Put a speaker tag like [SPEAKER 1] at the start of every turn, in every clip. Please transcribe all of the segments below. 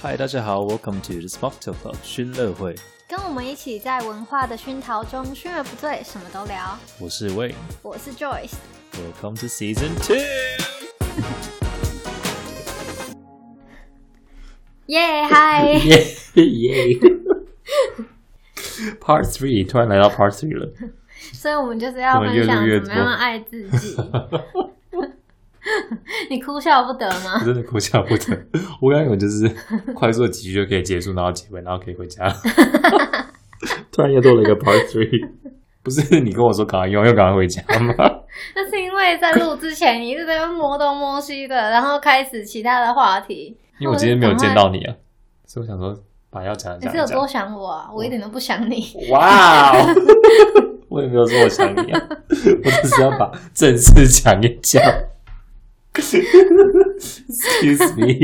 [SPEAKER 1] 嗨，大家好，Welcome to the Smoke Talk Club 熏乐会，
[SPEAKER 2] 跟我们一起在文化的熏陶中，熏而不醉，什么都聊。
[SPEAKER 1] 我是 Wayne。
[SPEAKER 2] 我是 Joyce，
[SPEAKER 1] Welcome to Season Two。
[SPEAKER 2] 耶 嗨！
[SPEAKER 1] 耶耶！Part Three 突然来到 Part Three 了，
[SPEAKER 2] 所以我们就是要
[SPEAKER 1] 怎么越
[SPEAKER 2] 分享
[SPEAKER 1] 录越
[SPEAKER 2] 怎么样爱自己。 你哭笑不得吗？
[SPEAKER 1] 我真的哭笑不得。我刚有就是快速的几句就可以结束，然后结尾，然后可以回 家了。突然又多了一个 Part Three，不是你跟我说赶快用，又赶快回家吗？
[SPEAKER 2] 那是因为在录之前，你一直在那边摸东摸西的，然后开始其他的话题。
[SPEAKER 1] 因为我今天没有见到你啊，所以我想说把要讲的
[SPEAKER 2] 你
[SPEAKER 1] 讲嗯
[SPEAKER 2] 是
[SPEAKER 1] 一
[SPEAKER 2] 有
[SPEAKER 1] 讲
[SPEAKER 2] 多。想我啊？我一点都不想你。
[SPEAKER 1] 哇 哦！我也没有说我想你啊， 我只是要把正事讲一讲。Excuse me，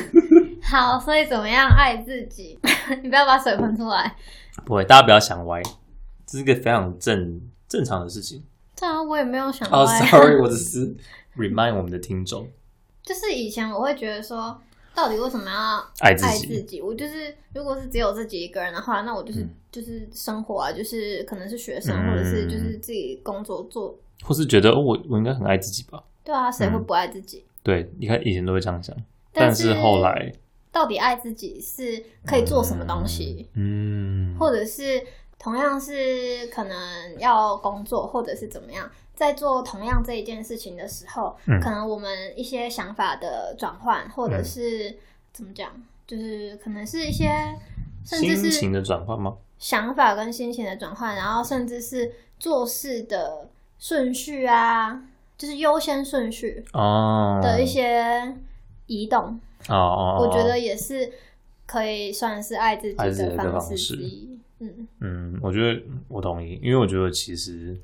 [SPEAKER 2] 好，所以怎么样爱自己？ 你不要把水喷出来。
[SPEAKER 1] 不会，大家不要想歪，这是一个非常正正常的事情。
[SPEAKER 2] 对啊，我也没有想
[SPEAKER 1] 哦、
[SPEAKER 2] 歪
[SPEAKER 1] s
[SPEAKER 2] 啊
[SPEAKER 1] o r r y 我只是 remind 我们的听众
[SPEAKER 2] 就是以前我会觉得说，到底为什么要
[SPEAKER 1] 爱自
[SPEAKER 2] 爱自
[SPEAKER 1] 己。
[SPEAKER 2] 己，我就是如果是只有自己一个人的话，那我就是、
[SPEAKER 1] 嗯
[SPEAKER 2] 就是生活啊，就是可能是学生，
[SPEAKER 1] 嗯
[SPEAKER 2] 或者是就是自己工作做。
[SPEAKER 1] 或是觉得、哦、我我应该很爱自己吧？
[SPEAKER 2] 对啊，谁会
[SPEAKER 1] 嗯
[SPEAKER 2] 不爱自己？
[SPEAKER 1] 对，你看以前都会这样想，但
[SPEAKER 2] 但
[SPEAKER 1] 是后来
[SPEAKER 2] 到底爱自己是可以做什么东西，
[SPEAKER 1] 嗯，
[SPEAKER 2] 或者是同样是可能要工作，或者是怎么样，在做同样这一件事情的时候，
[SPEAKER 1] 嗯
[SPEAKER 2] 可能我们一些想法的转换，或者
[SPEAKER 1] 嗯
[SPEAKER 2] 是、怎么讲，就是可能是一些甚
[SPEAKER 1] 心
[SPEAKER 2] 至是
[SPEAKER 1] 情的转换吗？
[SPEAKER 2] 想法跟心情的转换，然后甚至是做事的顺序啊，就是优先顺序
[SPEAKER 1] 哦，
[SPEAKER 2] 的一些移动，
[SPEAKER 1] 哦哦，哦
[SPEAKER 2] 我觉得也是可以算是爱自己
[SPEAKER 1] 爱自己
[SPEAKER 2] 的
[SPEAKER 1] 的方
[SPEAKER 2] 式
[SPEAKER 1] 式
[SPEAKER 2] 之一。嗯，
[SPEAKER 1] 嗯，我觉得我同意，因为我觉得其实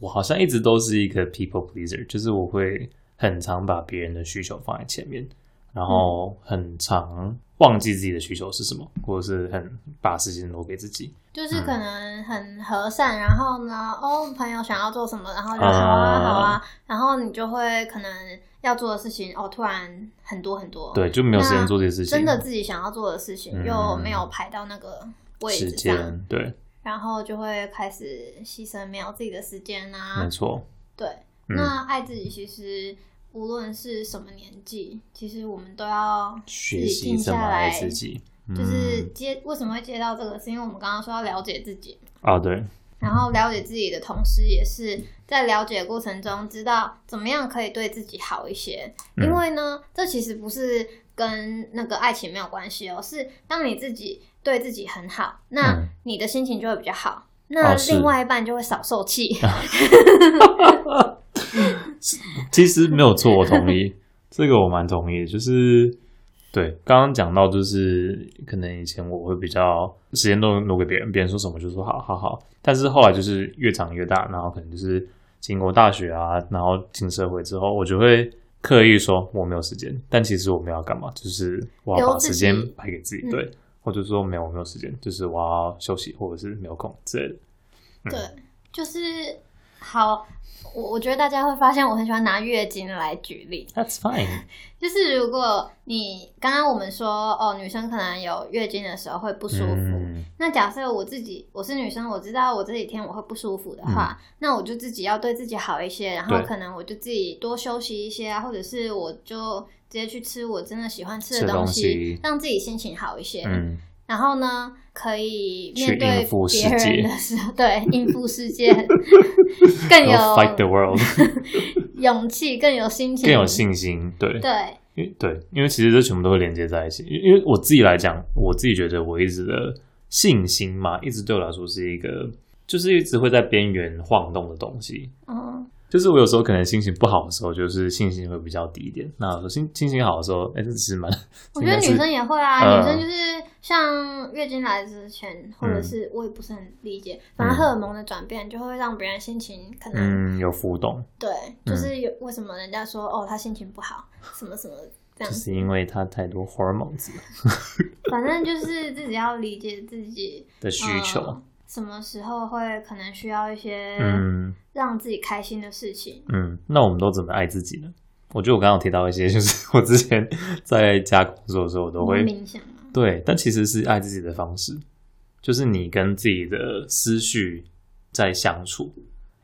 [SPEAKER 1] 我好像一直都是一个 people pleaser，就是我会很常把别人的需求放在前面，然
[SPEAKER 2] 嗯
[SPEAKER 1] 后很常忘记自己的需求是什么，或者是很把时间留给自己。
[SPEAKER 2] 就是
[SPEAKER 1] 嗯
[SPEAKER 2] 可能很和善，然后呢，哦，朋友想要做什么，然后就好啊
[SPEAKER 1] 啊
[SPEAKER 2] 好啊，然后你就会可能要做的事情，哦，突然很多很多，，
[SPEAKER 1] 对，就没有时间
[SPEAKER 2] 那
[SPEAKER 1] 做这些事情，
[SPEAKER 2] 真的自己想要做的事情、
[SPEAKER 1] 嗯
[SPEAKER 2] 又没有排到那个位
[SPEAKER 1] 时
[SPEAKER 2] 置上。
[SPEAKER 1] 间，对，
[SPEAKER 2] 然后就会开始牺牲没有自己的时间啊
[SPEAKER 1] 没。错，
[SPEAKER 2] 对，
[SPEAKER 1] 嗯
[SPEAKER 2] 那爱自己其实无论是什么年纪，其实我们都要自
[SPEAKER 1] 学
[SPEAKER 2] 己
[SPEAKER 1] 习
[SPEAKER 2] 静
[SPEAKER 1] 怎么
[SPEAKER 2] 下
[SPEAKER 1] 爱
[SPEAKER 2] 来，
[SPEAKER 1] 自己，
[SPEAKER 2] 就是
[SPEAKER 1] 嗯、
[SPEAKER 2] 接为什么会接到这个，是因为我们刚刚说要了解自己，
[SPEAKER 1] 啊，对，
[SPEAKER 2] 然后了解自己的同时，也是在了解过程中知道怎么样可以对自己好一些。
[SPEAKER 1] 嗯
[SPEAKER 2] 因为呢，这其实不是跟那个爱情没有关系哦，是当你自己对自己很好，那
[SPEAKER 1] 嗯
[SPEAKER 2] 你的心情就会比较好，那
[SPEAKER 1] 哦是
[SPEAKER 2] 另外一半就会少受 气。
[SPEAKER 1] 其实没有错，我同意， 这个我蛮同意的，就是对刚刚讲到，就是可能以前我会比较时间都留给别人，别人说什么就说好好好，但是后来就是越长越大，然后可能就是经过大学啊，然后进社会之后，我就会刻意说我没有时间，但其实我们要干嘛？就是我要把
[SPEAKER 2] 留自
[SPEAKER 1] 时
[SPEAKER 2] 己
[SPEAKER 1] 间排给自己，
[SPEAKER 2] 嗯
[SPEAKER 1] 对，或者说没有我没有时间，就是我要休息或者是没有空 之类的。嗯
[SPEAKER 2] 对，就是好，我我觉得大家会发现我很喜欢拿月经来举例，
[SPEAKER 1] That's fine，
[SPEAKER 2] 就是如果你刚刚我们说哦，女生可能有月经的时候会不舒服，
[SPEAKER 1] 嗯
[SPEAKER 2] 那假设我自己我是女生，我知道我这几天我会不舒服的话，那我就自己要对自己好一些，然后
[SPEAKER 1] 嗯对
[SPEAKER 2] 可能我就自己多休息一些啊，或者是我就直接去吃我真的喜欢吃
[SPEAKER 1] 吃
[SPEAKER 2] 的
[SPEAKER 1] 东
[SPEAKER 2] 西，
[SPEAKER 1] 西
[SPEAKER 2] 让自己心情好一些。
[SPEAKER 1] 嗯，
[SPEAKER 2] 然后呢，可以
[SPEAKER 1] 去
[SPEAKER 2] 面对
[SPEAKER 1] 应付世
[SPEAKER 2] 别人
[SPEAKER 1] 界
[SPEAKER 2] 的时候， 对应付 世界更
[SPEAKER 1] 然后 fight the
[SPEAKER 2] 有
[SPEAKER 1] world，
[SPEAKER 2] 勇气，更有心情，
[SPEAKER 1] 更有信心，对，
[SPEAKER 2] 对，
[SPEAKER 1] 因为对，因为其实这全部都会连接在一起。因因为我自己来讲，我自己觉得我一直的信心嘛，一直对我来说是一个，就是一直会在边缘晃动的东西。
[SPEAKER 2] 嗯。
[SPEAKER 1] 就是我有时候可能心情不好的时候，就是信心会比较低一点。那我心心情好的时候，哎、这其实蛮……
[SPEAKER 2] 我觉得
[SPEAKER 1] 应
[SPEAKER 2] 女
[SPEAKER 1] 该
[SPEAKER 2] 生
[SPEAKER 1] 是
[SPEAKER 2] 也会啊，
[SPEAKER 1] 嗯
[SPEAKER 2] 女生就是像月经来之前，或
[SPEAKER 1] 嗯
[SPEAKER 2] 者是我也不是很理解，反正荷尔蒙的转变就会让别人心情可能、
[SPEAKER 1] 嗯有浮动，
[SPEAKER 2] 对，就是有为什么人家说哦她心情不好，什么什么这 样
[SPEAKER 1] 就，是因为它太多 hormones
[SPEAKER 2] 反正就是自己要理解自己
[SPEAKER 1] 的需求。
[SPEAKER 2] 嗯什么时候会可能需要一些
[SPEAKER 1] 嗯
[SPEAKER 2] 让自己开心的事情。
[SPEAKER 1] 嗯，那我们都怎么爱自己呢？我觉得我刚刚有提到一些，就是我之前在家工作的时候，我都会
[SPEAKER 2] 冥想嘛，
[SPEAKER 1] 对，但其实是爱自己的方式，就是你跟自己的思绪在相处。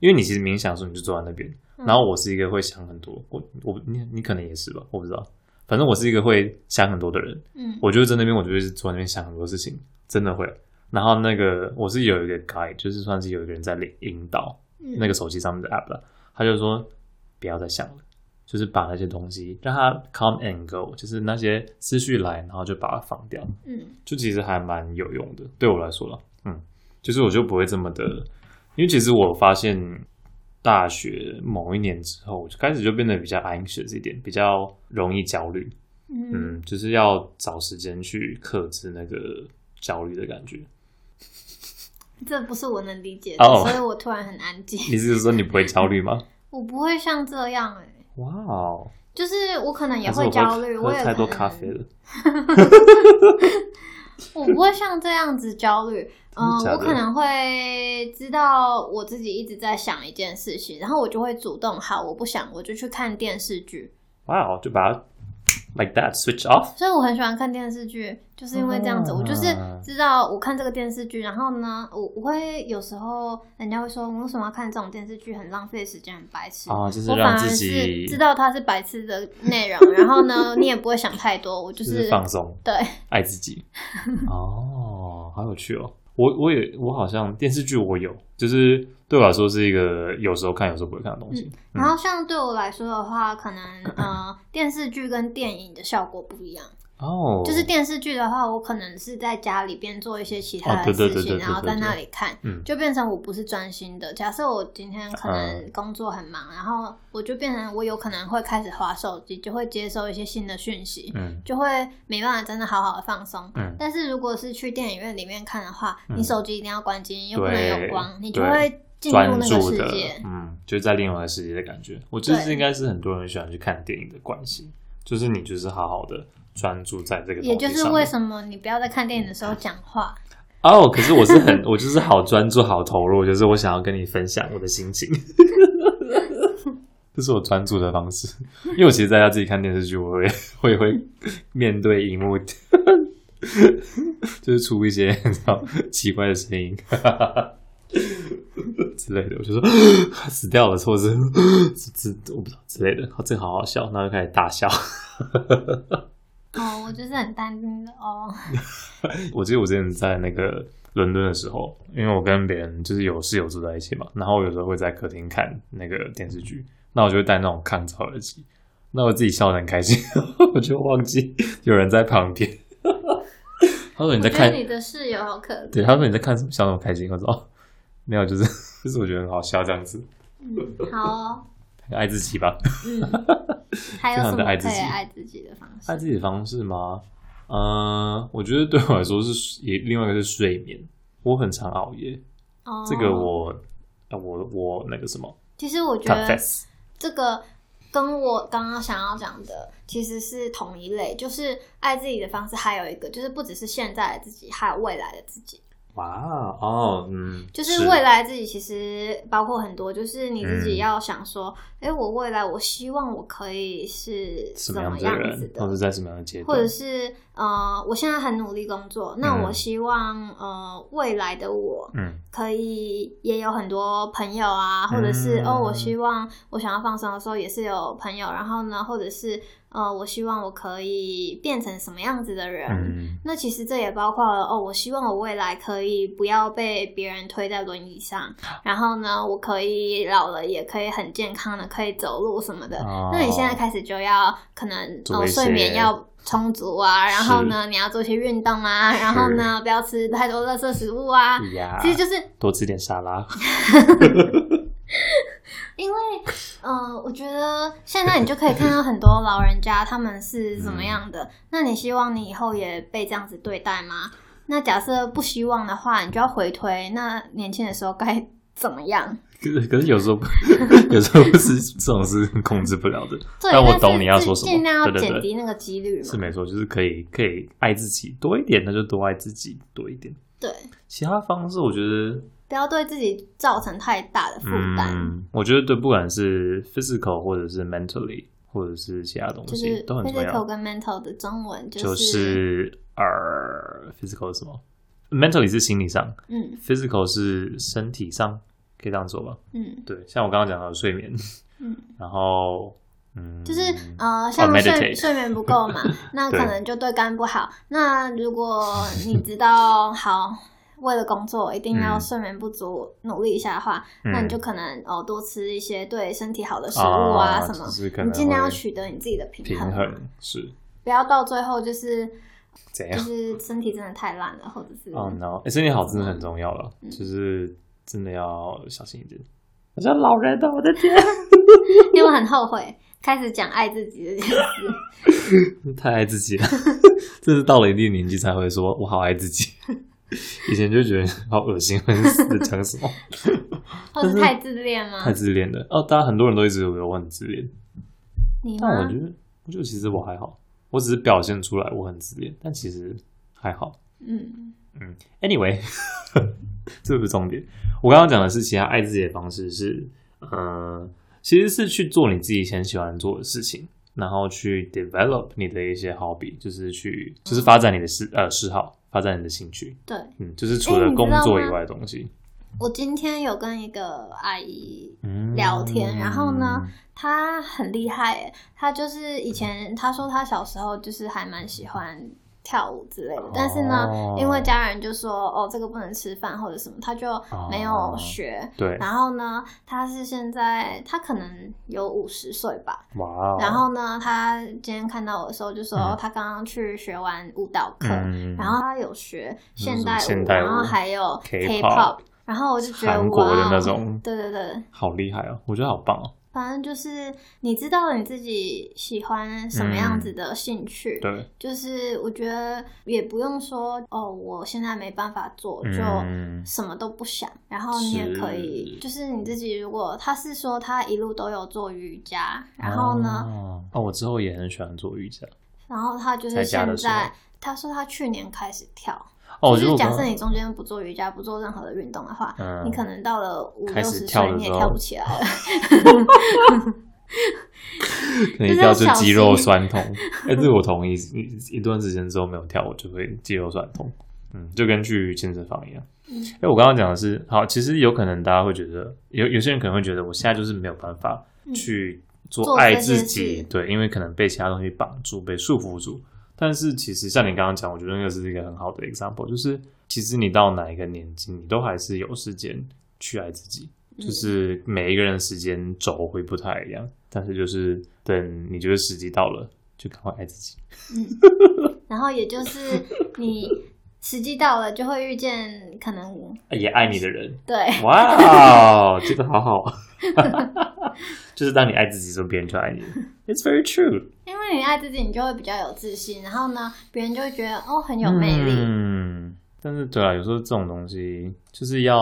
[SPEAKER 1] 因为你其实冥想的时候，你就坐在那边。
[SPEAKER 2] 嗯
[SPEAKER 1] 然后我是一个会想很多，我我你你可能也是吧，我不知道。反正我是一个会想很多的人，
[SPEAKER 2] 嗯，
[SPEAKER 1] 我就在那边，我就会坐在那边想很多事情，真的会。然后那个我是有一个 guide，就是算是有一个人在领引导那
[SPEAKER 2] 个
[SPEAKER 1] 个手机上面的 app 啦，他就说不要再想了，就是把那些东西让它 come and go，就是那些思绪来，然后就把它放掉。
[SPEAKER 2] 嗯
[SPEAKER 1] 就其实还蛮有用的，对我来说了，嗯，就是我就不会这么的，因为其实我发现大学某一年之后，我就开始就变得比较 anxious 一点，比较容易焦虑，
[SPEAKER 2] 嗯，
[SPEAKER 1] 嗯，就是要找时间去克制那个焦虑的感觉。
[SPEAKER 2] 这不是我能理解的，
[SPEAKER 1] 哦
[SPEAKER 2] 所以我突然很安静。
[SPEAKER 1] 你是说你不会焦虑吗？
[SPEAKER 2] 我不会像这样哎、
[SPEAKER 1] 哇哦，
[SPEAKER 2] 就是我可能也
[SPEAKER 1] 还是我
[SPEAKER 2] 焦虑，
[SPEAKER 1] 喝
[SPEAKER 2] 也
[SPEAKER 1] 太
[SPEAKER 2] 可
[SPEAKER 1] 多
[SPEAKER 2] 能
[SPEAKER 1] 咖啡了。
[SPEAKER 2] 我不会像这样子焦虑，嗯、
[SPEAKER 1] 真的假的
[SPEAKER 2] 我可能会知道我自己一直在想一件事情，然后我就会主动，好，我不想，我就去看电视剧。
[SPEAKER 1] 哇哦，就把它 like that switch off。
[SPEAKER 2] 所以我很喜欢看电视剧，就是因为这样子，
[SPEAKER 1] 啊
[SPEAKER 2] 我就是知道我看这个电视剧，然后呢，我我会有时候人家会说，我为什么要看这种电视剧，很浪费时间，很白痴。
[SPEAKER 1] 啊，就是
[SPEAKER 2] 我反
[SPEAKER 1] 让
[SPEAKER 2] 而
[SPEAKER 1] 自
[SPEAKER 2] 是
[SPEAKER 1] 己
[SPEAKER 2] 知道它是白痴的内容，然后呢，你也不会想太多，我就
[SPEAKER 1] 就是是放嗯松，
[SPEAKER 2] 对，
[SPEAKER 1] 爱自 己。哦，好有趣哦！我我也我好像电视剧我有，就是对我来说是一个有时候看有时候不会看的东西。嗯
[SPEAKER 2] 然后像对我来说的话，可能呃电视剧跟电影的效果不一样。
[SPEAKER 1] 哦，
[SPEAKER 2] 就是电视剧的话，我可能是在家里边做一些其
[SPEAKER 1] 哦
[SPEAKER 2] 他
[SPEAKER 1] 对
[SPEAKER 2] 的
[SPEAKER 1] 对
[SPEAKER 2] 事
[SPEAKER 1] 对对
[SPEAKER 2] 情，
[SPEAKER 1] 对
[SPEAKER 2] 然后在那里看
[SPEAKER 1] 嗯，
[SPEAKER 2] 就变成我不是专心的。假设我今天可
[SPEAKER 1] 嗯
[SPEAKER 2] 能工作很忙，然后我就变成我有可能会开始划手机，就会接收一些新的讯息。
[SPEAKER 1] 嗯
[SPEAKER 2] 就会没办法真的好好的放松，
[SPEAKER 1] 嗯
[SPEAKER 2] 但是如果是去电影院里面看的话，
[SPEAKER 1] 嗯
[SPEAKER 2] 你手机一定要关机，又不能
[SPEAKER 1] 对
[SPEAKER 2] 有光，你就
[SPEAKER 1] 对
[SPEAKER 2] 会进入
[SPEAKER 1] 专
[SPEAKER 2] 那个
[SPEAKER 1] 注
[SPEAKER 2] 世
[SPEAKER 1] 的
[SPEAKER 2] 界，。
[SPEAKER 1] 嗯，就在另外一个世界的感觉。我觉得这
[SPEAKER 2] 对
[SPEAKER 1] 应该是很多人喜欢去看电影的关系，就是你就是好好的专注在这个东西上
[SPEAKER 2] 也
[SPEAKER 1] 面，嗯
[SPEAKER 2] 就是为什么你不要在看电影的时候讲话，
[SPEAKER 1] 哦，可是我是很， 我就是好专注、好投入，就是我想要跟你分享我的心情，这是我专注的方式。因为我其实在家自己看电视剧，我也我也会 面对荧幕， 就是出一些 你知道奇怪的声音 之类的，我就说 死掉了，或者是 之之我不知道之类的，好这个好好笑，然后就开始大笑。
[SPEAKER 2] 哦，我就是很淡定的哦。
[SPEAKER 1] 我记得我之前在那个伦敦的时候，因为我跟别人就是有室友住在一起嘛，然后有时候会在客厅看那个电视剧，那我就会戴那种抗噪耳机，那我自己笑得很开心， 我就忘记有人在旁边。 他说你
[SPEAKER 2] 我
[SPEAKER 1] 在
[SPEAKER 2] 觉得
[SPEAKER 1] 看，
[SPEAKER 2] 你的室友好可怜。
[SPEAKER 1] 对，他说你在看什么笑那么开心，我说哦，没有，就是就是我觉得很好笑这样子，
[SPEAKER 2] 嗯， 好哦，
[SPEAKER 1] 爱自己吧，
[SPEAKER 2] 嗯，还有什么可以爱自己的方
[SPEAKER 1] 爱
[SPEAKER 2] 式？
[SPEAKER 1] 自己的方式吗？嗯、我觉得对我来说是也另外一个是睡眠，我很常熬夜，
[SPEAKER 2] 哦，
[SPEAKER 1] 这个我呃我我那个什么。
[SPEAKER 2] 其实我觉得
[SPEAKER 1] confess
[SPEAKER 2] 这个跟我刚刚想要讲的其实是同一类，就是爱自己的方式。还有一个就是不只是现在的自己，还有未来的自己。
[SPEAKER 1] 哇哦，嗯，
[SPEAKER 2] 就是未来自己其实包括很多，就是你自
[SPEAKER 1] 嗯
[SPEAKER 2] 己要想说，哎、我未来我希望我可以是
[SPEAKER 1] 什么
[SPEAKER 2] 怎
[SPEAKER 1] 样
[SPEAKER 2] 么
[SPEAKER 1] 子的
[SPEAKER 2] 样子
[SPEAKER 1] 人，
[SPEAKER 2] 的，
[SPEAKER 1] 或者在什么样的阶
[SPEAKER 2] 或
[SPEAKER 1] 段
[SPEAKER 2] 者，是呃，我现在很努力工作，那我希望、呃未来的我
[SPEAKER 1] 嗯
[SPEAKER 2] 可以也有很多朋友啊，或者是、
[SPEAKER 1] 嗯
[SPEAKER 2] 哦，我希望我想要放松的时候也是有朋友，然后呢，或者是呃，我希望我可以变成什么样子的人。
[SPEAKER 1] 嗯
[SPEAKER 2] 那其实这也包括了哦，我希望我未来可以不要被别人推在轮椅上，然后呢，我可以老了也可以很健康的可以走路什么的。
[SPEAKER 1] 哦
[SPEAKER 2] 那你现在开始就要可能
[SPEAKER 1] 做
[SPEAKER 2] 呃
[SPEAKER 1] 一些
[SPEAKER 2] 睡眠要充足啊，然后呢你要做一些运动啊，然后呢不要吃太多垃圾食物啊。
[SPEAKER 1] 呀，
[SPEAKER 2] 其实就是
[SPEAKER 1] 多吃点沙拉，
[SPEAKER 2] 因为，呃，我觉得现在你就可以看到很多老人家他们是
[SPEAKER 1] 嗯
[SPEAKER 2] 怎么样的。那你希望你以后也被这样子对待吗？那假设不希望的话，你就要回推。那年轻的时候该 怎么样？
[SPEAKER 1] 可是可是有时候 有时候是这种是控制不了的，
[SPEAKER 2] 对，
[SPEAKER 1] 但我
[SPEAKER 2] 是
[SPEAKER 1] 懂你要说什么
[SPEAKER 2] 尽量要
[SPEAKER 1] 对对对
[SPEAKER 2] 减低那个几率嘛。
[SPEAKER 1] 是没错，就是可以可以爱自己多一点，那就多爱自己多一点。
[SPEAKER 2] 对，
[SPEAKER 1] 其他方式，我觉得，
[SPEAKER 2] 不要对自己造成太大的负担。
[SPEAKER 1] 嗯嗯，我觉得对，不管是 physical 或者是 mentally，或者是其他东
[SPEAKER 2] 就
[SPEAKER 1] 西
[SPEAKER 2] 是
[SPEAKER 1] 都很重
[SPEAKER 2] physical
[SPEAKER 1] 要。
[SPEAKER 2] 跟 mental 的中文
[SPEAKER 1] 就是是呃，physical 是什么？mentally 是心理上
[SPEAKER 2] 嗯
[SPEAKER 1] ，physical 是身体上，可以这样说吧？
[SPEAKER 2] 嗯
[SPEAKER 1] 对，像我刚刚讲到的睡眠，
[SPEAKER 2] 嗯，
[SPEAKER 1] 然后嗯，
[SPEAKER 2] 就是呃，像睡
[SPEAKER 1] 哦 meditate
[SPEAKER 2] 睡眠不够 嘛，那可
[SPEAKER 1] 对
[SPEAKER 2] 能就对肝不好。那如果你知道好，为了工作一定要
[SPEAKER 1] 嗯
[SPEAKER 2] 睡眠不足，努力一下的话，
[SPEAKER 1] 嗯
[SPEAKER 2] 那你就可能哦多吃一些对身体好的食物啊什么
[SPEAKER 1] 哦就，是可能
[SPEAKER 2] 你尽量要
[SPEAKER 1] 会
[SPEAKER 2] 取得你自己的平
[SPEAKER 1] 平
[SPEAKER 2] 衡嘛，
[SPEAKER 1] 衡是
[SPEAKER 2] 不要到最后就是
[SPEAKER 1] 怎
[SPEAKER 2] 就
[SPEAKER 1] 样？
[SPEAKER 2] 是身体真的太烂了，或者是
[SPEAKER 1] 哎哦、no，欸身体好真的很重要了，
[SPEAKER 2] 嗯
[SPEAKER 1] 就是真的要小心一点。好像老人啊的，我的天，
[SPEAKER 2] 因为我很后悔开始讲爱自己 这件事。
[SPEAKER 1] 太爱自己了， 这是到了一定年纪才会说“我好爱自己”。 以前就觉得好恶心，很死讲什么，
[SPEAKER 2] 或是太自恋吗
[SPEAKER 1] 太？自恋了。哦，当然很多人都一直以为我很自恋，
[SPEAKER 2] 嗯你
[SPEAKER 1] 但我
[SPEAKER 2] 吗
[SPEAKER 1] 觉？得，我觉得其实我还好，我只是表现出来我很自恋，但其实还好。
[SPEAKER 2] 嗯，
[SPEAKER 1] Anyway，这不是重点。我刚刚讲的是其他爱自己的方式是，呃，其实是去做你自己很喜欢做的事情，然后去 develop 你的一些 hobby，就是去就是发展你的嗜呃嗜好，发展你的兴趣，
[SPEAKER 2] 对。
[SPEAKER 1] 嗯，就是除
[SPEAKER 2] 诶
[SPEAKER 1] 了
[SPEAKER 2] 哎你知
[SPEAKER 1] 工
[SPEAKER 2] 道
[SPEAKER 1] 作
[SPEAKER 2] 吗
[SPEAKER 1] 以外的东西。
[SPEAKER 2] 我今天有跟一个阿姨
[SPEAKER 1] 嗯，
[SPEAKER 2] 聊天，然后呢，她很厉害耶，她就是以前她说她小时候就是还蛮喜欢跳舞之类的，但是呢，
[SPEAKER 1] 哦
[SPEAKER 2] 因为家人就说哦这个不能吃饭或者什么，她就没有学。
[SPEAKER 1] 哦对，
[SPEAKER 2] 然后呢，她是现在她可能有五十岁吧，
[SPEAKER 1] 哇哦，
[SPEAKER 2] 然后呢，他今天看到我的时候就说，哦
[SPEAKER 1] 嗯
[SPEAKER 2] 他刚刚去学完舞蹈课，
[SPEAKER 1] 嗯
[SPEAKER 2] 然后他有学现
[SPEAKER 1] 是
[SPEAKER 2] 代舞，
[SPEAKER 1] 现代
[SPEAKER 2] 然后
[SPEAKER 1] 舞
[SPEAKER 2] 还有
[SPEAKER 1] K-pop
[SPEAKER 2] K-pop，然后我就觉得
[SPEAKER 1] 韩国的
[SPEAKER 2] 哇
[SPEAKER 1] 那种
[SPEAKER 2] 对对对，
[SPEAKER 1] 好厉害哦，我觉得好棒哦，
[SPEAKER 2] 反正就是你知道你自己喜欢什么样子的兴趣，
[SPEAKER 1] 嗯对，
[SPEAKER 2] 就是我觉得也不用说哦，我现在没办法做，就
[SPEAKER 1] 嗯
[SPEAKER 2] 什么都不想，然后你也可以，
[SPEAKER 1] 是
[SPEAKER 2] 就是你自己如果他是说他一路都有做瑜伽，然后呢。
[SPEAKER 1] 哦？哦，我之后也很喜欢做瑜伽。
[SPEAKER 2] 然后他就是
[SPEAKER 1] 在家
[SPEAKER 2] 现
[SPEAKER 1] 的时候
[SPEAKER 2] 在，他说他去年开始跳，
[SPEAKER 1] 哦，我
[SPEAKER 2] 就
[SPEAKER 1] 觉得
[SPEAKER 2] 是
[SPEAKER 1] 我
[SPEAKER 2] 假
[SPEAKER 1] 刚
[SPEAKER 2] 设你中间不做瑜伽、不做任何的运动的话，
[SPEAKER 1] 嗯
[SPEAKER 2] 你可能到了五六
[SPEAKER 1] 开始
[SPEAKER 2] 十
[SPEAKER 1] 跳
[SPEAKER 2] 岁
[SPEAKER 1] 的
[SPEAKER 2] 你也
[SPEAKER 1] 时候
[SPEAKER 2] 跳不起来了。
[SPEAKER 1] 可能一
[SPEAKER 2] 就是
[SPEAKER 1] 跳
[SPEAKER 2] 要
[SPEAKER 1] 就
[SPEAKER 2] 小
[SPEAKER 1] 肌肉
[SPEAKER 2] 心
[SPEAKER 1] 酸痛。 哎、这个我同意，一一段时间之后没有跳，我就会肌肉酸痛。嗯，就跟去健身房一样。
[SPEAKER 2] 嗯
[SPEAKER 1] 哎、我刚刚讲的是，好，其实有可能大家会觉得，有有些人可能会觉得，我现在就是没有办法
[SPEAKER 2] 嗯
[SPEAKER 1] 去做
[SPEAKER 2] 做
[SPEAKER 1] 爱
[SPEAKER 2] 这些
[SPEAKER 1] 自己，
[SPEAKER 2] 事
[SPEAKER 1] 对，因为可能被其他东西绑住，被束缚住。但是其实像你刚刚讲，我觉得那个是一个很好的 example，就是其实你到哪一个年纪，你都还是有时间去爱自己。
[SPEAKER 2] 嗯
[SPEAKER 1] 就是每一个人的时间轴会不太一样，但是就是等你觉得时机到了，就赶快爱自己。
[SPEAKER 2] 然后也就是你时机到了，就会遇见可能
[SPEAKER 1] 也爱你的人，
[SPEAKER 2] 对
[SPEAKER 1] 哇哦，这个好好， 就是当你爱自己的时候，别人就爱你。It's very true，
[SPEAKER 2] 因为你爱自己，你就会比较有自信，然后呢，别人就会觉得哦很有魅力。
[SPEAKER 1] 嗯，但是对啊，有时候这种东西就是要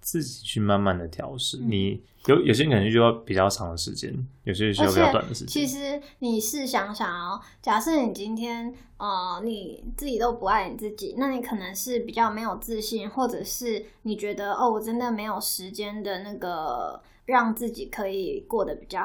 [SPEAKER 1] 自己去慢慢的调试。
[SPEAKER 2] 嗯
[SPEAKER 1] 你有有些人可能需要比较长的时间，有些需要比较短的时
[SPEAKER 2] 其
[SPEAKER 1] 间。
[SPEAKER 2] 实你是想想哦，假设你今天呃你自己都不爱你自己，那你可能是比较没有自信，或者是你觉得哦我真的没有时间的那个让自己可以过得比较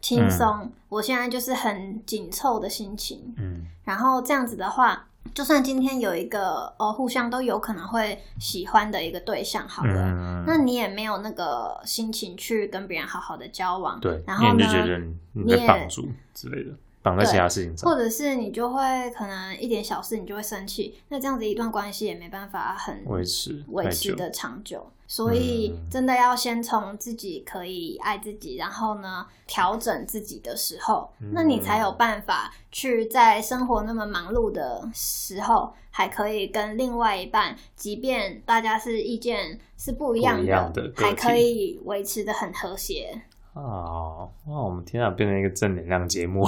[SPEAKER 2] 轻松，我现在就是很紧凑的心情，
[SPEAKER 1] 嗯，
[SPEAKER 2] 然后这样子的话。就算今天有一个哦，互相都有可能会喜欢的一个对象好了，
[SPEAKER 1] 嗯，
[SPEAKER 2] 那你也没有那个心情去跟别人好好的交往，
[SPEAKER 1] 对，
[SPEAKER 2] 然
[SPEAKER 1] 因为
[SPEAKER 2] 后
[SPEAKER 1] 你
[SPEAKER 2] 呢，
[SPEAKER 1] 就觉得你你
[SPEAKER 2] 你
[SPEAKER 1] 被
[SPEAKER 2] 也
[SPEAKER 1] 绑住之类的，绑在其
[SPEAKER 2] 对
[SPEAKER 1] 他事情上
[SPEAKER 2] 或。者是你就会可能一点小事你就会生气，那这样子一段关系也没办法很
[SPEAKER 1] 维持
[SPEAKER 2] 维
[SPEAKER 1] 太
[SPEAKER 2] 持
[SPEAKER 1] 久
[SPEAKER 2] 的长久，所以
[SPEAKER 1] 嗯
[SPEAKER 2] 真的要先从自己可以爱自己，然后呢调整自己的时候，
[SPEAKER 1] 嗯
[SPEAKER 2] 那你才有办法去在生活那么忙碌的时候，还可以跟另外一半，即便大家是意见是不一样的，
[SPEAKER 1] 不一样的个
[SPEAKER 2] 还可
[SPEAKER 1] 体
[SPEAKER 2] 以维持的很和谐。
[SPEAKER 1] 啊！哇，我们天啊，变成一个正能量节目，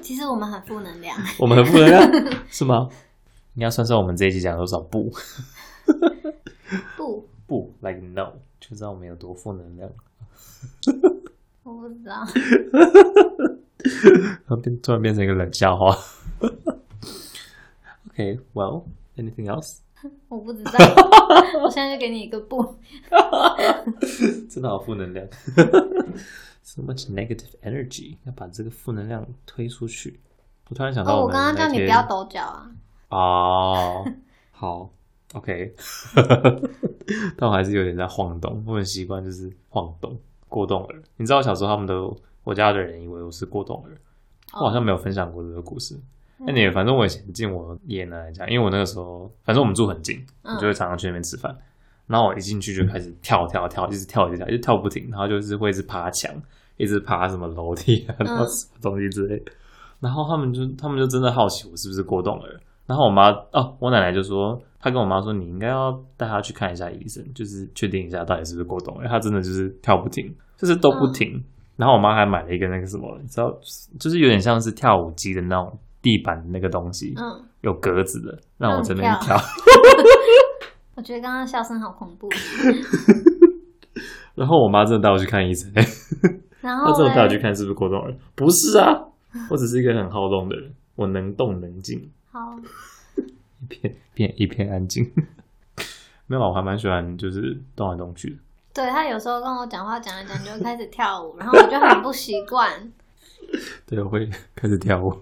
[SPEAKER 2] 其实我们很负 能量，
[SPEAKER 1] 我们很负能 量是吗？你要算算我们这一集讲多少不
[SPEAKER 2] 不，
[SPEAKER 1] 不，like no，就知道我们有多负能量。
[SPEAKER 2] 我不知 道。
[SPEAKER 1] 然后变突然变成一个冷笑 话。OK，well、anything else？
[SPEAKER 2] 我不知道， 我现在就给你一个不。
[SPEAKER 1] 真的好负能量。 so much negative energy，要把这个负能量推出去。我突然想到
[SPEAKER 2] 哦，
[SPEAKER 1] 我
[SPEAKER 2] 我
[SPEAKER 1] 们
[SPEAKER 2] 刚刚叫
[SPEAKER 1] 那
[SPEAKER 2] 你
[SPEAKER 1] 天
[SPEAKER 2] 不要抖脚啊。
[SPEAKER 1] 哦，好，OK，但我还是有点在晃动，我很习惯就是晃动过动儿。你知道我小时候他们都，我家的人以为我是过动儿，我好像没有分享过这个故事。那、你反正我以前进我爷爷奶奶家，因为我那个时候反正我们住很近，我
[SPEAKER 2] 嗯
[SPEAKER 1] 就会常常去那边吃饭。然后我一进去就开始跳跳跳，一直跳一直跳，一直跳不停，然后就是会一直爬墙，一直爬什么楼梯啊，然后什么东西之类的。然后他们就他们就真的好奇我是不是过动儿。然后我妈哦，我奶奶就说，她跟我妈说，你应该要带她去看一下医生，就是确定一下到底是不是过动儿。因为她真的就是跳不停，就是都不停。然后我妈还买了一个那个什么，你知道，就是有点像是跳舞机的那种地板的那个东西，
[SPEAKER 2] 嗯，
[SPEAKER 1] 有格子的，让我
[SPEAKER 2] 让
[SPEAKER 1] 在
[SPEAKER 2] 你
[SPEAKER 1] 那边
[SPEAKER 2] 跳
[SPEAKER 1] 跳。
[SPEAKER 2] 我觉得刚刚笑声好恐怖。
[SPEAKER 1] 然后我妈真的带我去看医生、欸，
[SPEAKER 2] 哦然
[SPEAKER 1] 她
[SPEAKER 2] 后
[SPEAKER 1] 真的带我去
[SPEAKER 2] 嘞，
[SPEAKER 1] 看是不是过动儿。不是啊，我只是一个很好动的人，我能动能静。
[SPEAKER 2] 好，
[SPEAKER 1] 一片片一片安静。 没有啊，我还蛮喜欢就是动来动去的。
[SPEAKER 2] 对他有时候跟我讲话讲一讲就开始跳舞，然后我就很不习 惯。
[SPEAKER 1] 对，我会开始跳舞。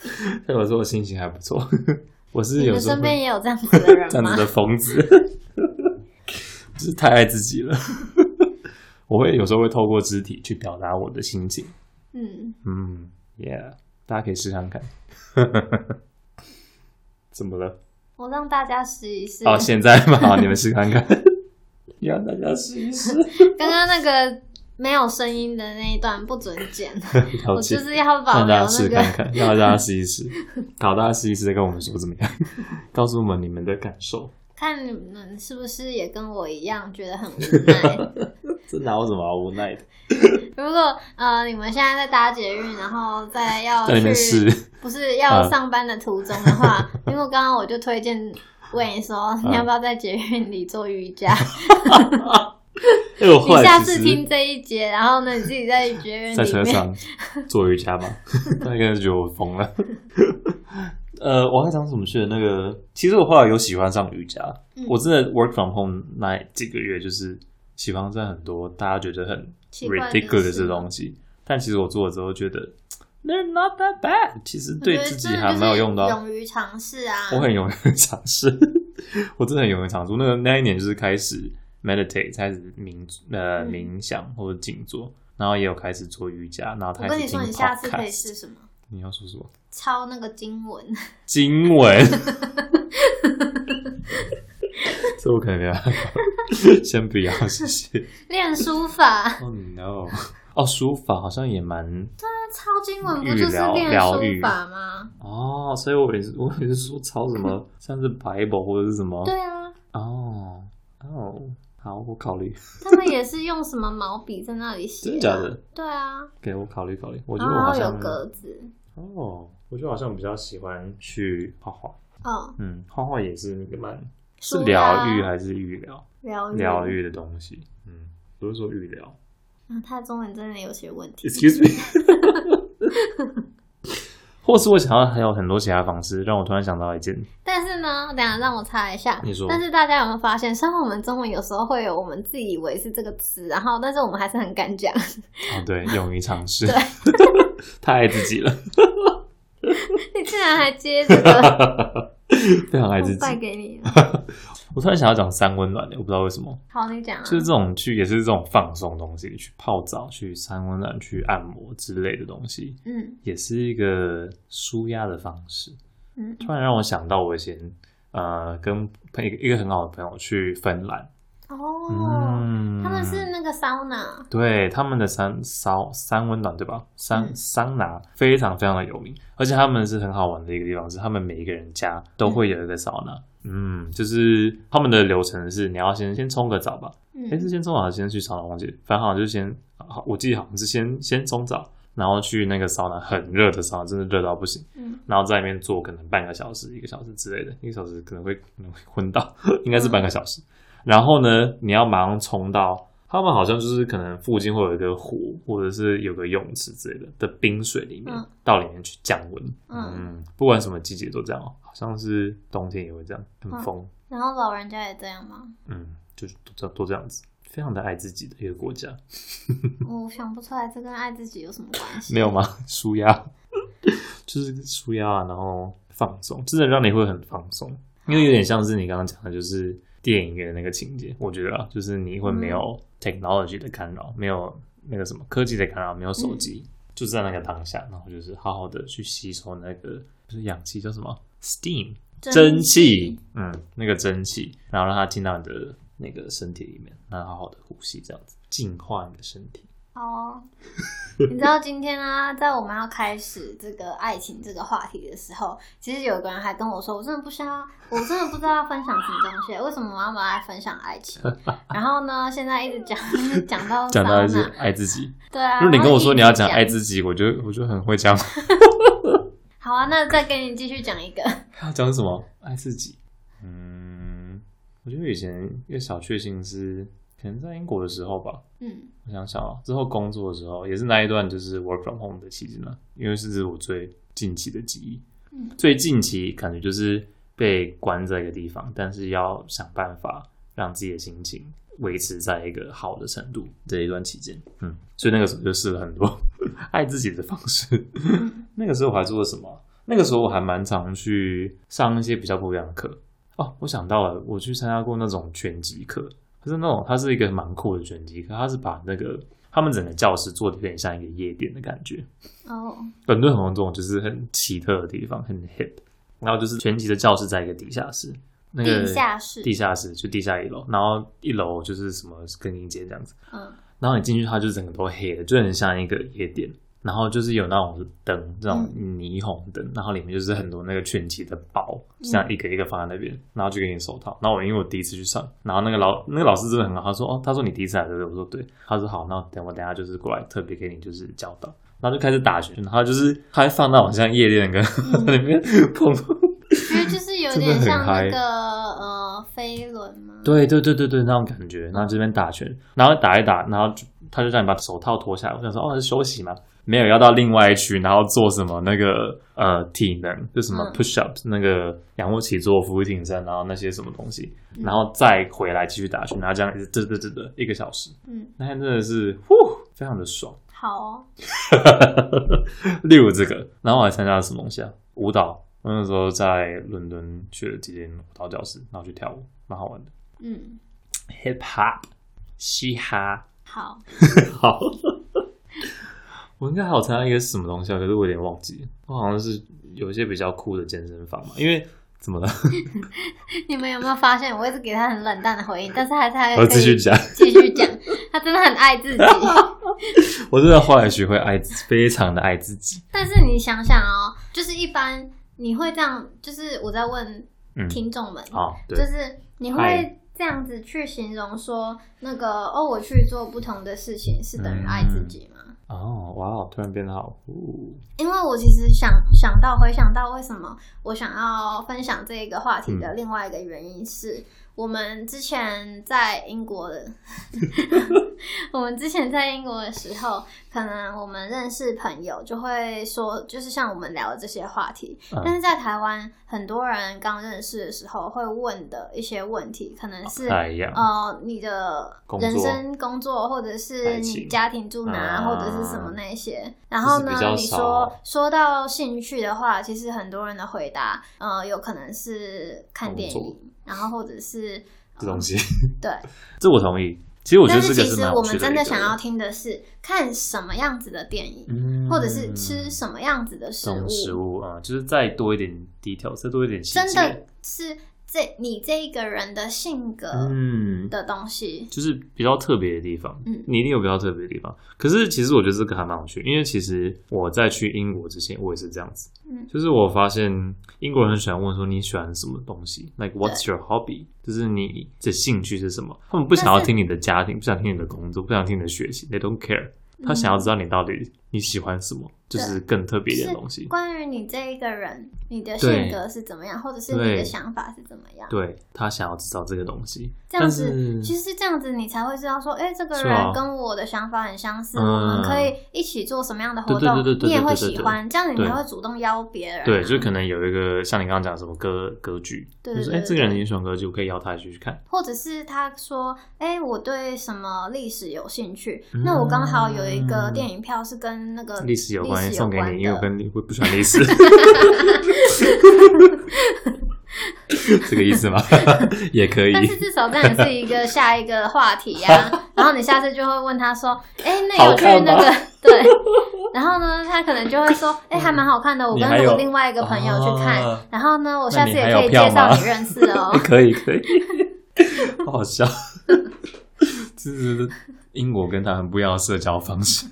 [SPEAKER 1] 对我说我心情还不错， 我是
[SPEAKER 2] 你
[SPEAKER 1] 有
[SPEAKER 2] 们
[SPEAKER 1] 时候
[SPEAKER 2] 身
[SPEAKER 1] 会
[SPEAKER 2] 边也有这样子的
[SPEAKER 1] 这
[SPEAKER 2] 人
[SPEAKER 1] 样
[SPEAKER 2] 吗
[SPEAKER 1] 子？的疯子， 就是太爱自己了。 我会有时候会透过肢体去表达我的心情。
[SPEAKER 2] 嗯，
[SPEAKER 1] 嗯，Yeah，大家可以试看 看。怎么了？
[SPEAKER 2] 我让大家试一试。
[SPEAKER 1] 哦，现在嘛，好你们试 看看，也让大家试一试。
[SPEAKER 2] 刚刚那个没有声音的那一段不准 剪，
[SPEAKER 1] 了
[SPEAKER 2] 我
[SPEAKER 1] 解
[SPEAKER 2] 就。是要保
[SPEAKER 1] 让
[SPEAKER 2] 留
[SPEAKER 1] 大家试
[SPEAKER 2] 那
[SPEAKER 1] 看
[SPEAKER 2] 个。
[SPEAKER 1] 看，让大家试一试，好，大家试一试，再跟我们说怎么样，告诉我们你们的感受。
[SPEAKER 2] 看你们是不是也跟我一样觉得很无奈？
[SPEAKER 1] 这哪有什么好无奈的？
[SPEAKER 2] 哦如果呃你们现在在搭捷运，然后在要
[SPEAKER 1] 在那边
[SPEAKER 2] 去
[SPEAKER 1] 试，
[SPEAKER 2] 不是要
[SPEAKER 1] 嗯
[SPEAKER 2] 上班的途中的话， 因为刚刚我就推荐问你说
[SPEAKER 1] 啊
[SPEAKER 2] 你要不要在捷运里做瑜 伽？
[SPEAKER 1] 哎，我后
[SPEAKER 2] 你下
[SPEAKER 1] 来
[SPEAKER 2] 次
[SPEAKER 1] 其
[SPEAKER 2] 听这一节，然后呢你自己在捷
[SPEAKER 1] 实
[SPEAKER 2] 运
[SPEAKER 1] 在
[SPEAKER 2] 里
[SPEAKER 1] 车
[SPEAKER 2] 面，
[SPEAKER 1] 上做瑜伽 嘛，他应该是觉得我疯了。 呃，我还讲什么去了？那个，其实我后来有喜欢上瑜伽，
[SPEAKER 2] 嗯
[SPEAKER 1] 我真的 work from home 那几个月，就是喜欢上很多大家觉得很
[SPEAKER 2] 奇怪的
[SPEAKER 1] ridiculous
[SPEAKER 2] 事
[SPEAKER 1] 的东西，但其实我做了之后觉得 they're not that bad，其实
[SPEAKER 2] 我
[SPEAKER 1] 对
[SPEAKER 2] 觉得
[SPEAKER 1] 自己
[SPEAKER 2] 真的
[SPEAKER 1] 还
[SPEAKER 2] 就是
[SPEAKER 1] 蛮有用的啊、
[SPEAKER 2] 勇于尝试啊！
[SPEAKER 1] 我很勇于尝试，我真的很勇于尝试。那个那一年就是开始 meditate，开始冥呃
[SPEAKER 2] 嗯
[SPEAKER 1] 冥想或者静坐，然后也有开始做瑜伽，然后
[SPEAKER 2] 我
[SPEAKER 1] 开
[SPEAKER 2] 跟
[SPEAKER 1] 始
[SPEAKER 2] 你
[SPEAKER 1] 听
[SPEAKER 2] 说，你下次可以
[SPEAKER 1] podcast。
[SPEAKER 2] 试什么？
[SPEAKER 1] 你要说什么？
[SPEAKER 2] 抄那个经文，
[SPEAKER 1] 经文。 这我可能没办法， 先不要，谢谢。
[SPEAKER 2] 练书法。
[SPEAKER 1] Oh no！哦，书法好像也蛮
[SPEAKER 2] 抄经文不就是练书法吗？
[SPEAKER 1] 哦，所以我也是，我也是说抄什么，像是 Bible 或者是什么
[SPEAKER 2] 对啊，
[SPEAKER 1] 哦哦，好，我考虑。
[SPEAKER 2] 他们也是用什么毛笔在那里写、
[SPEAKER 1] 真
[SPEAKER 2] 啊？
[SPEAKER 1] 的假的？
[SPEAKER 2] 对啊，
[SPEAKER 1] 给我考虑考虑。我觉
[SPEAKER 2] 然
[SPEAKER 1] 得我好
[SPEAKER 2] 后
[SPEAKER 1] 像
[SPEAKER 2] 哦有格子。
[SPEAKER 1] 哦，我觉得好像比较喜欢去画画。
[SPEAKER 2] 哦，
[SPEAKER 1] 嗯，画画也是那个蛮是
[SPEAKER 2] 书啊
[SPEAKER 1] 疗愈还是愈疗？
[SPEAKER 2] 疗愈
[SPEAKER 1] 疗。愈的东西。嗯，不是说愈 疗。
[SPEAKER 2] 嗯，他的中文真的有些问题。
[SPEAKER 1] Excuse me 。或是我想要还有很多其他方式，让我突然想到一件，
[SPEAKER 2] 但是呢，等一下让我查一下。
[SPEAKER 1] 你说
[SPEAKER 2] 但是大家有没有发现，虽然我们中文有时候会有我们自己以为是这个词，然后但是我们还是很敢讲。
[SPEAKER 1] 哦，对，勇于尝试
[SPEAKER 2] 对，
[SPEAKER 1] 太爱自己了，
[SPEAKER 2] 你竟然还接这 个，
[SPEAKER 1] 非常爱自
[SPEAKER 2] 我
[SPEAKER 1] 己。
[SPEAKER 2] 败给你 了。
[SPEAKER 1] 我突然想要讲三温暖的，我不知道为什么，
[SPEAKER 2] 好，你讲、啊。
[SPEAKER 1] 就是这种去也是这种放松的东西，去泡澡、去三温暖、去按摩之类的东西，
[SPEAKER 2] 嗯
[SPEAKER 1] 也是一个舒压的方式。
[SPEAKER 2] 嗯
[SPEAKER 1] 突然让我想到，我以前呃跟朋一个一个很好的朋友去芬兰，
[SPEAKER 2] 哦，
[SPEAKER 1] 嗯，
[SPEAKER 2] 他们是那个 sauna。
[SPEAKER 1] 对他们的三烧三温暖对吧？桑
[SPEAKER 2] 嗯
[SPEAKER 1] 桑拿非常非常的有名，而且他们是很好玩的一个地方，是他们每一个人家都会有一个桑拿。嗯，就是他们的流程是你要先先冲个澡吧，
[SPEAKER 2] 嗯
[SPEAKER 1] 哎、是先冲澡还是先去桑拿？忘记了，反正好像就是先，好我记得好像是先先冲澡，然后去那个桑拿，很热的桑拿，真的热到不行，
[SPEAKER 2] 嗯
[SPEAKER 1] 然后在里面坐可能半个小时、一个小时之类的，一个小时可能会可能会昏倒， 应
[SPEAKER 2] 嗯
[SPEAKER 1] 该是半个小时。然后呢，你要马上冲到他们好像就是可能附近会有一个湖，或者是有个泳池之类的的冰水里面，
[SPEAKER 2] 嗯
[SPEAKER 1] 到里面去降温。
[SPEAKER 2] 嗯
[SPEAKER 1] 不管什么季节都这样哦，好像是冬天也会这样，很
[SPEAKER 2] 嗯
[SPEAKER 1] 疯。
[SPEAKER 2] 然后老人家也这样吗？
[SPEAKER 1] 嗯，就是都这都这样子。非常的爱自己的一个国家，
[SPEAKER 2] 我想不出来这跟爱自己有什么关系。
[SPEAKER 1] 没有吗？ 舒压，就是舒压啊，然后放松，真的让你会很放松，因为有点像是你刚刚讲的，就是电影的那个情节，我觉得啊，就是你会没有 technology 的干扰，没有那个什么科技的干扰，没有手机，就是在那个当下，然后就是好好的去吸收那个就是氧气叫什么 steam
[SPEAKER 2] 蒸
[SPEAKER 1] 蒸
[SPEAKER 2] 汽
[SPEAKER 1] 汽，嗯，那个蒸汽，然后让它进到你的那个身体里面，然后好好的呼吸，这样子净化你的身体。
[SPEAKER 2] 哦，你知道今天啊，在我们要开始这个爱情这个话题的时候，其实有个人还跟我说，我真的不知道，我真的不知道要分享什么东西，为什么我要来分享爱情？然后呢，现在一直讲讲到
[SPEAKER 1] 讲到
[SPEAKER 2] 哪
[SPEAKER 1] 一些爱自己，
[SPEAKER 2] 对啊，
[SPEAKER 1] 如果你跟我说你要讲
[SPEAKER 2] 然后
[SPEAKER 1] 爱
[SPEAKER 2] 一
[SPEAKER 1] 自
[SPEAKER 2] 直
[SPEAKER 1] 己，我就我就很会讲。
[SPEAKER 2] 讲，好啊，那再跟你继续讲一个，
[SPEAKER 1] 要讲什么？爱自己。嗯，我觉得以前一个小确幸是，可能在英国的时候吧。
[SPEAKER 2] 嗯
[SPEAKER 1] 我想想啊，之后工作的时候也是那一段就是 work from home 的期间呢，因为是是我最近期的记忆。
[SPEAKER 2] 嗯
[SPEAKER 1] 最近期感觉就是被关在一个地方，但是要想办法让自己的心情维持在一个好的程度这一段期间，嗯，所以那个时候就试了很多 爱自己的方式。
[SPEAKER 2] 嗯
[SPEAKER 1] 那个时候我还做了什么啊？那个时候我还蛮常去上一些比较不一样的课哦。我想到了，我去参加过那种拳击课，可是那种它是一个蛮酷的拳击课，它是把那个他们整个教室做的有点像一个夜店的感觉。
[SPEAKER 2] 哦
[SPEAKER 1] 伦敦很多这种就是很奇特的地方，很 hip。然后就是拳击的教室在一个地下室，那个
[SPEAKER 2] 地下室
[SPEAKER 1] 地下室就地下一楼，然后一楼就是什么更衣间这样子。
[SPEAKER 2] 嗯
[SPEAKER 1] 然后你进去，它就整个都黑的，就很像一个夜店。然后就是有那种灯，这种霓虹灯，然后里面就是很多那个拳击的包，这样一个一个放在那边，然后就给你手套。然后我因为我第一次去上，然后那个老那个老师真的很好，他说哦，他说你第一次来对不对？我说对，他说好，那等我等下就是过来特别给你就是教导，然后就开始打拳，然后就是他还放到好像夜店跟 里面碰，
[SPEAKER 2] 其实就是有
[SPEAKER 1] 真的
[SPEAKER 2] 点
[SPEAKER 1] 很
[SPEAKER 2] 像那
[SPEAKER 1] 嗨
[SPEAKER 2] 个呃飞轮吗？
[SPEAKER 1] 对对对对对，那种感觉。然后这边打拳，然后打一打，然后就他就让你把手套脱下来。我想说，哦，是休息嘛，没有要到另外一区，然后做什么那个呃体能，就什么
[SPEAKER 2] 嗯
[SPEAKER 1] push up、那个仰卧起坐、俯卧撑，然后那些什么东西，然后再回来继续打拳，然后这样一直嘚嘚嘚嘚一个小时。
[SPEAKER 2] 嗯，
[SPEAKER 1] 那天真的是，呼，非常的爽。
[SPEAKER 2] 好哦，
[SPEAKER 1] 例如这个，然后我还参加了什么东西啊？舞蹈，我那时候在伦敦去了几间舞蹈教室，然后去跳舞，蛮好玩的。
[SPEAKER 2] 嗯
[SPEAKER 1] hip hop，嘻哈。
[SPEAKER 2] 好，
[SPEAKER 1] 好， 我应该还有参加一个什么东西啊？可是我有点忘记了，我好像是有一些比较酷的健身房嘛。因为怎么了？
[SPEAKER 2] 你们有没有发现我一直给他很冷淡的回应，但是还是还
[SPEAKER 1] 我
[SPEAKER 2] 可以
[SPEAKER 1] 继续讲，
[SPEAKER 2] 继续讲，他真的很爱 自己。
[SPEAKER 1] 我真的后来学会爱自，非常的爱自己。
[SPEAKER 2] 但是你想想哦，就是一般你会这样，就是我在问
[SPEAKER 1] 嗯，
[SPEAKER 2] 听众们，
[SPEAKER 1] 好，对
[SPEAKER 2] 就，是你会
[SPEAKER 1] 嗨
[SPEAKER 2] 这样子去形容说那个哦，我去做不同的事情是等于爱自己吗？
[SPEAKER 1] 哦，哇哦，突然变得好酷，
[SPEAKER 2] 因为我其实想想到回想到为什么我想要分享这个话题的另外一个原因是，我们之前在英国的， 我们之前在英国的时候，可能我们认识朋友就会说，就是像我们聊的这些话题，
[SPEAKER 1] 嗯
[SPEAKER 2] 但是在台湾很多人刚认识的时候会问的一些问题，可能是
[SPEAKER 1] 哎呀，
[SPEAKER 2] 呃，你的
[SPEAKER 1] 工作
[SPEAKER 2] 人生、工作，或者是
[SPEAKER 1] 爱
[SPEAKER 2] 你
[SPEAKER 1] 情
[SPEAKER 2] 家庭住哪，
[SPEAKER 1] 啊
[SPEAKER 2] 或者是什么那些。然后
[SPEAKER 1] 就
[SPEAKER 2] 呢
[SPEAKER 1] 是比，较
[SPEAKER 2] 你
[SPEAKER 1] 少
[SPEAKER 2] 说说到兴趣的话，其实很多人的回答，呃，有可能是看电
[SPEAKER 1] 工作
[SPEAKER 2] 影，然后或者是
[SPEAKER 1] 这东西，
[SPEAKER 2] 对。
[SPEAKER 1] 啊这我同意。其实我觉
[SPEAKER 2] 但
[SPEAKER 1] 得
[SPEAKER 2] 是
[SPEAKER 1] 这
[SPEAKER 2] 其
[SPEAKER 1] 个
[SPEAKER 2] 实
[SPEAKER 1] 蛮
[SPEAKER 2] 我
[SPEAKER 1] 有
[SPEAKER 2] 们
[SPEAKER 1] 趣
[SPEAKER 2] 真
[SPEAKER 1] 的
[SPEAKER 2] 的
[SPEAKER 1] 一个
[SPEAKER 2] 想要，听的是看什么样子的电影，
[SPEAKER 1] 嗯
[SPEAKER 2] 或者是吃什么样子的食
[SPEAKER 1] 这种食
[SPEAKER 2] 物，
[SPEAKER 1] 物啊、嗯就是再多一点 detail，再多一点细节
[SPEAKER 2] 真的是这你这一个人的性格
[SPEAKER 1] 嗯，
[SPEAKER 2] 的东西。
[SPEAKER 1] 就是比较特别的地方，
[SPEAKER 2] 嗯
[SPEAKER 1] 你一定有比较特别的地方。可是其实我觉得这个还蛮有趣，因为其实我在去英国之前，我也是这样子，
[SPEAKER 2] 嗯
[SPEAKER 1] 就是我发现英国人很喜欢问说你喜欢什么东西，like what's your hobby，就是你的兴趣是什么。他们不想要
[SPEAKER 2] 但是
[SPEAKER 1] 听你的家庭，不想听你的工作，不想听你的学习，they don't care，他想要知道你到底你喜欢什么，就是更特别一点的东西。
[SPEAKER 2] 关于你这一个人，你的性格是怎么样，或者是你的
[SPEAKER 1] 对
[SPEAKER 2] 想法是怎么样？
[SPEAKER 1] 对他想要制造这个东西，
[SPEAKER 2] 这样
[SPEAKER 1] 但
[SPEAKER 2] 子
[SPEAKER 1] 是，
[SPEAKER 2] 其实这样子你才会知道说，哎、这个
[SPEAKER 1] 是啊
[SPEAKER 2] 人跟我的想法很相似，
[SPEAKER 1] 嗯
[SPEAKER 2] 我们可以一起做什么样的活动，
[SPEAKER 1] 对对对对对
[SPEAKER 2] 你也会
[SPEAKER 1] 对对对
[SPEAKER 2] 喜欢，这样你
[SPEAKER 1] 对
[SPEAKER 2] 才会主动邀别人啊、
[SPEAKER 1] 对，就是可能有一个像你刚刚讲的什么歌歌剧，
[SPEAKER 2] 对
[SPEAKER 1] 就是
[SPEAKER 2] 对
[SPEAKER 1] 哎、
[SPEAKER 2] 对
[SPEAKER 1] 这个人也喜欢歌剧，我可以邀他一起去看。
[SPEAKER 2] 或者是他说，哎、我对什么历史有兴趣，
[SPEAKER 1] 嗯
[SPEAKER 2] 那我刚好有一个电影票是跟那个
[SPEAKER 1] 历史有关，
[SPEAKER 2] 呃历史
[SPEAKER 1] 送给
[SPEAKER 2] 的
[SPEAKER 1] 你，因为我跟你我不喜欢历 史，这个意思 吗？也可以。
[SPEAKER 2] 但是至少这样也是一 个下一个话题呀、然后你下次就会问他说：“哎、那有去那
[SPEAKER 1] 好看
[SPEAKER 2] 个对？”然后呢，他可能就会说：“哎、还蛮好看的，我
[SPEAKER 1] 嗯你
[SPEAKER 2] 跟
[SPEAKER 1] 还有
[SPEAKER 2] 我另外一个朋友去看。
[SPEAKER 1] 啊
[SPEAKER 2] 然后呢，我下次
[SPEAKER 1] 那你
[SPEAKER 2] 也
[SPEAKER 1] 还
[SPEAKER 2] 可以
[SPEAKER 1] 有票
[SPEAKER 2] 介绍
[SPEAKER 1] 吗。
[SPEAKER 2] 你认识哦
[SPEAKER 1] 可以可以，好好笑。这是英国跟他很不一样的社交方式，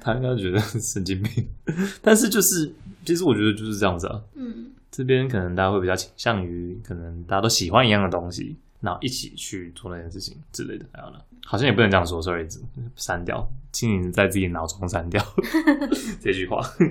[SPEAKER 1] 他应该觉得神经病。但是就是，其实我觉得就是这样子啊。
[SPEAKER 2] 嗯，
[SPEAKER 1] 这边可能大家会比较倾向于，可能大家都喜欢一样的东西，然后一起去做那件事情之类的。还有呢，好像也不能这样说，sorry，删掉，请你在自己脑中删掉这句话。哦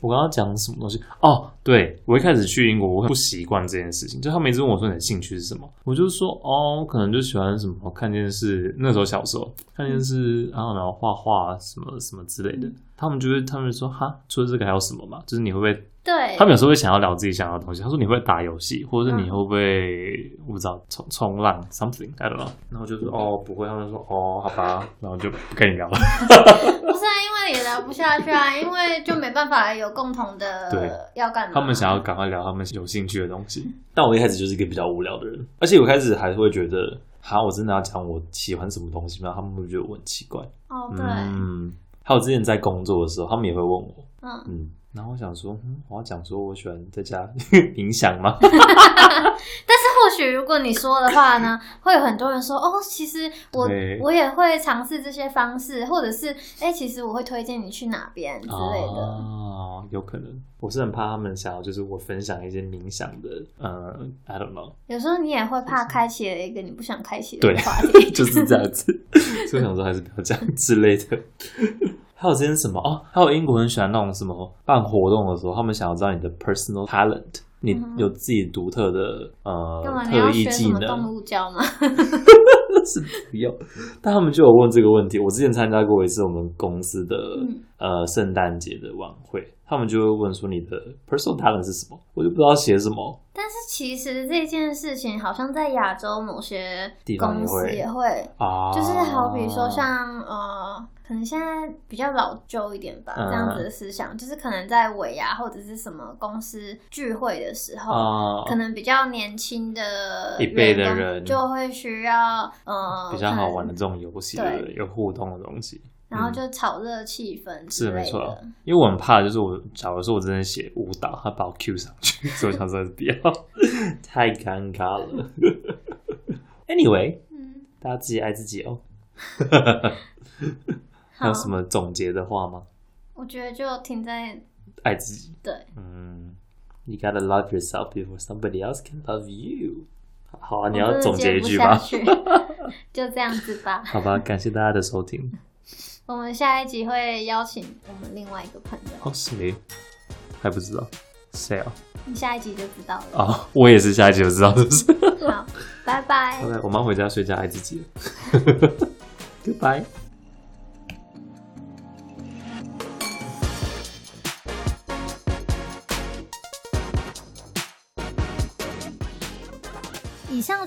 [SPEAKER 1] 我刚刚讲什么东西？哦，对我一开始去英国，我很不习惯这件事情，就他们一直问我说你的兴趣是什么，我就说哦，我可能就喜欢什么看电视，那时候小时候看电视，然后然后画画什么什么之类的。他们觉得他们说哈，除了这个还有什么嘛？就是你会不会
[SPEAKER 2] 对
[SPEAKER 1] 他，们有时候会想要聊自己想要的东西。他说你会不会打游戏，或者是你会不会、我不知道冲冲浪 something I don't know。然后就说哦不会，他们说哦好吧，然后就不跟你聊了。
[SPEAKER 2] 不是啊，因为也聊不下去啊，因为就没办法有共同
[SPEAKER 1] 对
[SPEAKER 2] 的要干嘛。
[SPEAKER 1] 他们想要赶快聊他们有兴趣的东西。但我一开始就是一个比较无聊的人，而且我一开始还会觉得，哈，我真的要讲我喜欢什么东西吗？他们会觉得我很奇怪。
[SPEAKER 2] 哦，对，
[SPEAKER 1] 嗯，还有之前在工作的时候，他们也会问我，
[SPEAKER 2] 嗯，
[SPEAKER 1] 嗯。然后我想说，嗯，我要讲说我喜欢在家 冥想吗？
[SPEAKER 2] 但是或许如果你说的 话呢，会有很多人说哦，其实我
[SPEAKER 1] 对
[SPEAKER 2] 我也会尝试这些方式，或者是哎、其实我会推荐你去哪边之类的。
[SPEAKER 1] 哦，有可能。我是很怕他们想要，就是我分享一些冥想的，呃，I don't know，
[SPEAKER 2] 有时候你也会怕开启了一个你不想开启的
[SPEAKER 1] 对
[SPEAKER 2] 话 题。
[SPEAKER 1] 就是这样子。所以我想说，还是不要讲之类的。 还有之前什么哦，还有英国很喜欢那种什么办活动的时候，他们想要知道你的 personal talent，你
[SPEAKER 2] 嗯哼
[SPEAKER 1] 有自己独特的呃
[SPEAKER 2] 干嘛你
[SPEAKER 1] 特
[SPEAKER 2] 要
[SPEAKER 1] 异
[SPEAKER 2] 学什
[SPEAKER 1] 技
[SPEAKER 2] 么
[SPEAKER 1] 能
[SPEAKER 2] 动，物胶吗？
[SPEAKER 1] 是不要。但他们就有问这个问题。我之前参加过一次我们公司的、
[SPEAKER 2] 嗯
[SPEAKER 1] 呃圣诞节的晚会，他们就会问说你的 personal talent 是什么，我就不知道写什么。
[SPEAKER 2] 但是其实这件事情好像在亚洲某些
[SPEAKER 1] 地方也
[SPEAKER 2] 公司
[SPEAKER 1] 会
[SPEAKER 2] 也会，
[SPEAKER 1] 啊，
[SPEAKER 2] 就是好比说像呃，可能现在比较老旧一点吧，
[SPEAKER 1] 嗯
[SPEAKER 2] 这样子的思想，就是可能在尾牙或者是什么公司聚会的时候，
[SPEAKER 1] 啊，
[SPEAKER 2] 可能比较年轻的
[SPEAKER 1] 一辈的
[SPEAKER 2] 员工
[SPEAKER 1] 人嗯
[SPEAKER 2] 就会需要呃
[SPEAKER 1] 比较好玩的
[SPEAKER 2] 可能
[SPEAKER 1] 这种游戏，
[SPEAKER 2] 对
[SPEAKER 1] 对不对有互动的东西
[SPEAKER 2] 然后就炒热气氛之
[SPEAKER 1] 是
[SPEAKER 2] 类
[SPEAKER 1] 没
[SPEAKER 2] 的。
[SPEAKER 1] 错啊。因为我很怕，就是我假如说我真的写舞蹈，他把我 Q 上去， 所以我想说不要，太尴尬了。anyway，
[SPEAKER 2] 嗯，
[SPEAKER 1] 大家自己爱自己哦。还
[SPEAKER 2] 好
[SPEAKER 1] 有，什么总结的话吗？
[SPEAKER 2] 我觉得就停在
[SPEAKER 1] 爱自己，
[SPEAKER 2] 对，
[SPEAKER 1] 嗯，You gotta love yourself before somebody else can love you。好啊，你
[SPEAKER 2] 我
[SPEAKER 1] 要
[SPEAKER 2] 真的
[SPEAKER 1] 总
[SPEAKER 2] 接
[SPEAKER 1] 结一
[SPEAKER 2] 不
[SPEAKER 1] 句
[SPEAKER 2] 下
[SPEAKER 1] 吧？
[SPEAKER 2] 去就这样子吧。
[SPEAKER 1] 好吧，感谢大家的收听。
[SPEAKER 2] 我们下一集会邀请我们另外一个朋友，
[SPEAKER 1] 哦，谁？还不知道谁啊？
[SPEAKER 2] 你下一集就知道了。
[SPEAKER 1] 哦，我也是下一集就知道是不是？
[SPEAKER 2] 好，拜拜
[SPEAKER 1] 好。了，我妈回家睡觉爱自己了。Goodbye。
[SPEAKER 2] 以上